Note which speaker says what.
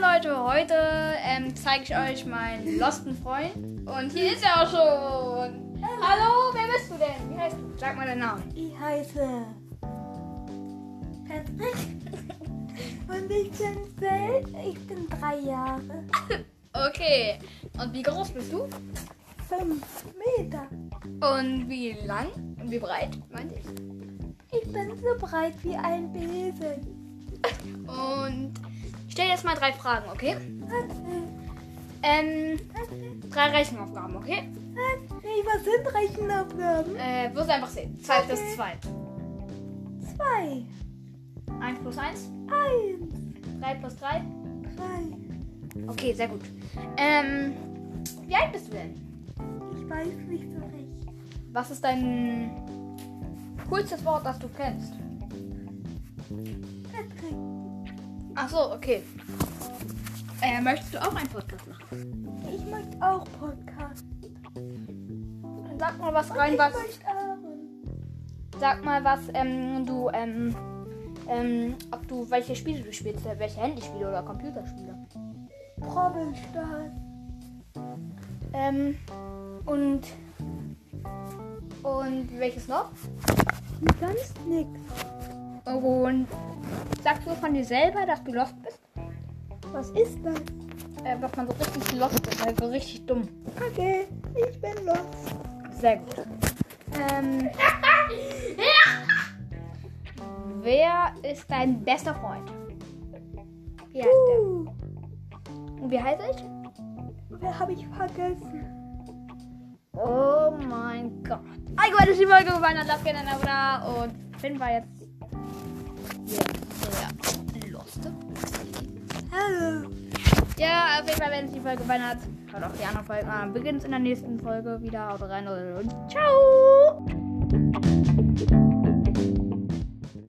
Speaker 1: Leute, heute ähm, zeige ich euch meinen losten Freund. Und hier ist er auch schon. Hallo, wer bist du denn? Wie heißt du? Sag mal deinen Namen.
Speaker 2: Ich heiße Patrick und ich bin Feld. Ich bin drei Jahre.
Speaker 1: Okay. Und wie groß bist du?
Speaker 2: Fünf Meter.
Speaker 1: Und wie lang? Und wie breit? Meinte ich.
Speaker 2: Ich bin so breit wie ein Besen.
Speaker 1: Und ich stelle jetzt mal drei Fragen, okay? Ähm, drei Rechenaufgaben, okay?
Speaker 2: Nee, was sind Rechenaufgaben?
Speaker 1: Äh, wirst du einfach sehen. Zwei plus
Speaker 2: Okay.
Speaker 1: zwei.
Speaker 2: Zwei,
Speaker 1: Eins plus eins.
Speaker 2: eins,
Speaker 1: Drei plus drei.
Speaker 2: drei.
Speaker 1: Okay, sehr gut. Ähm, wie alt bist du denn?
Speaker 2: Ich weiß nicht so recht.
Speaker 1: Was ist dein coolstes Wort, das du kennst?
Speaker 2: Patrick,
Speaker 1: Ach so, okay. Äh, möchtest du auch einen Podcast machen?
Speaker 2: ich möchte auch Podcast.
Speaker 1: Sag mal was rein,
Speaker 2: ich
Speaker 1: was.
Speaker 2: möchte Abend.
Speaker 1: Sag mal was, ähm, du, ähm, ähm, ob du welche Spiele du spielst, äh, welche Handyspiele oder Computerspiele.
Speaker 2: Probbelstart.
Speaker 1: Ähm, und. Und welches noch?
Speaker 2: Sonst nix.
Speaker 1: Und sagst du von dir selber, dass du lost bist?
Speaker 2: Was ist das?
Speaker 1: Äh, dass man so richtig lost ist, also richtig dumm.
Speaker 2: Okay, ich bin los.
Speaker 1: Sehr gut. Ähm. wer ist dein bester Freund? Wie heißt der?
Speaker 2: Uh,
Speaker 1: Und wie heißt ich?
Speaker 2: wer habe ich vergessen?
Speaker 1: Oh mein Gott. Ah, Allgemein ist die Folge geworden. Lasst gerne ein Abo da. Und Finn war jetzt. Ja, sehr lost.
Speaker 2: Hallo.
Speaker 1: Ja, auf jeden Fall, wenn es die Folge gefallen hat, schaut auch die anderen Folgen an. Beginnt in der nächsten Folge wieder. Haut rein und ciao!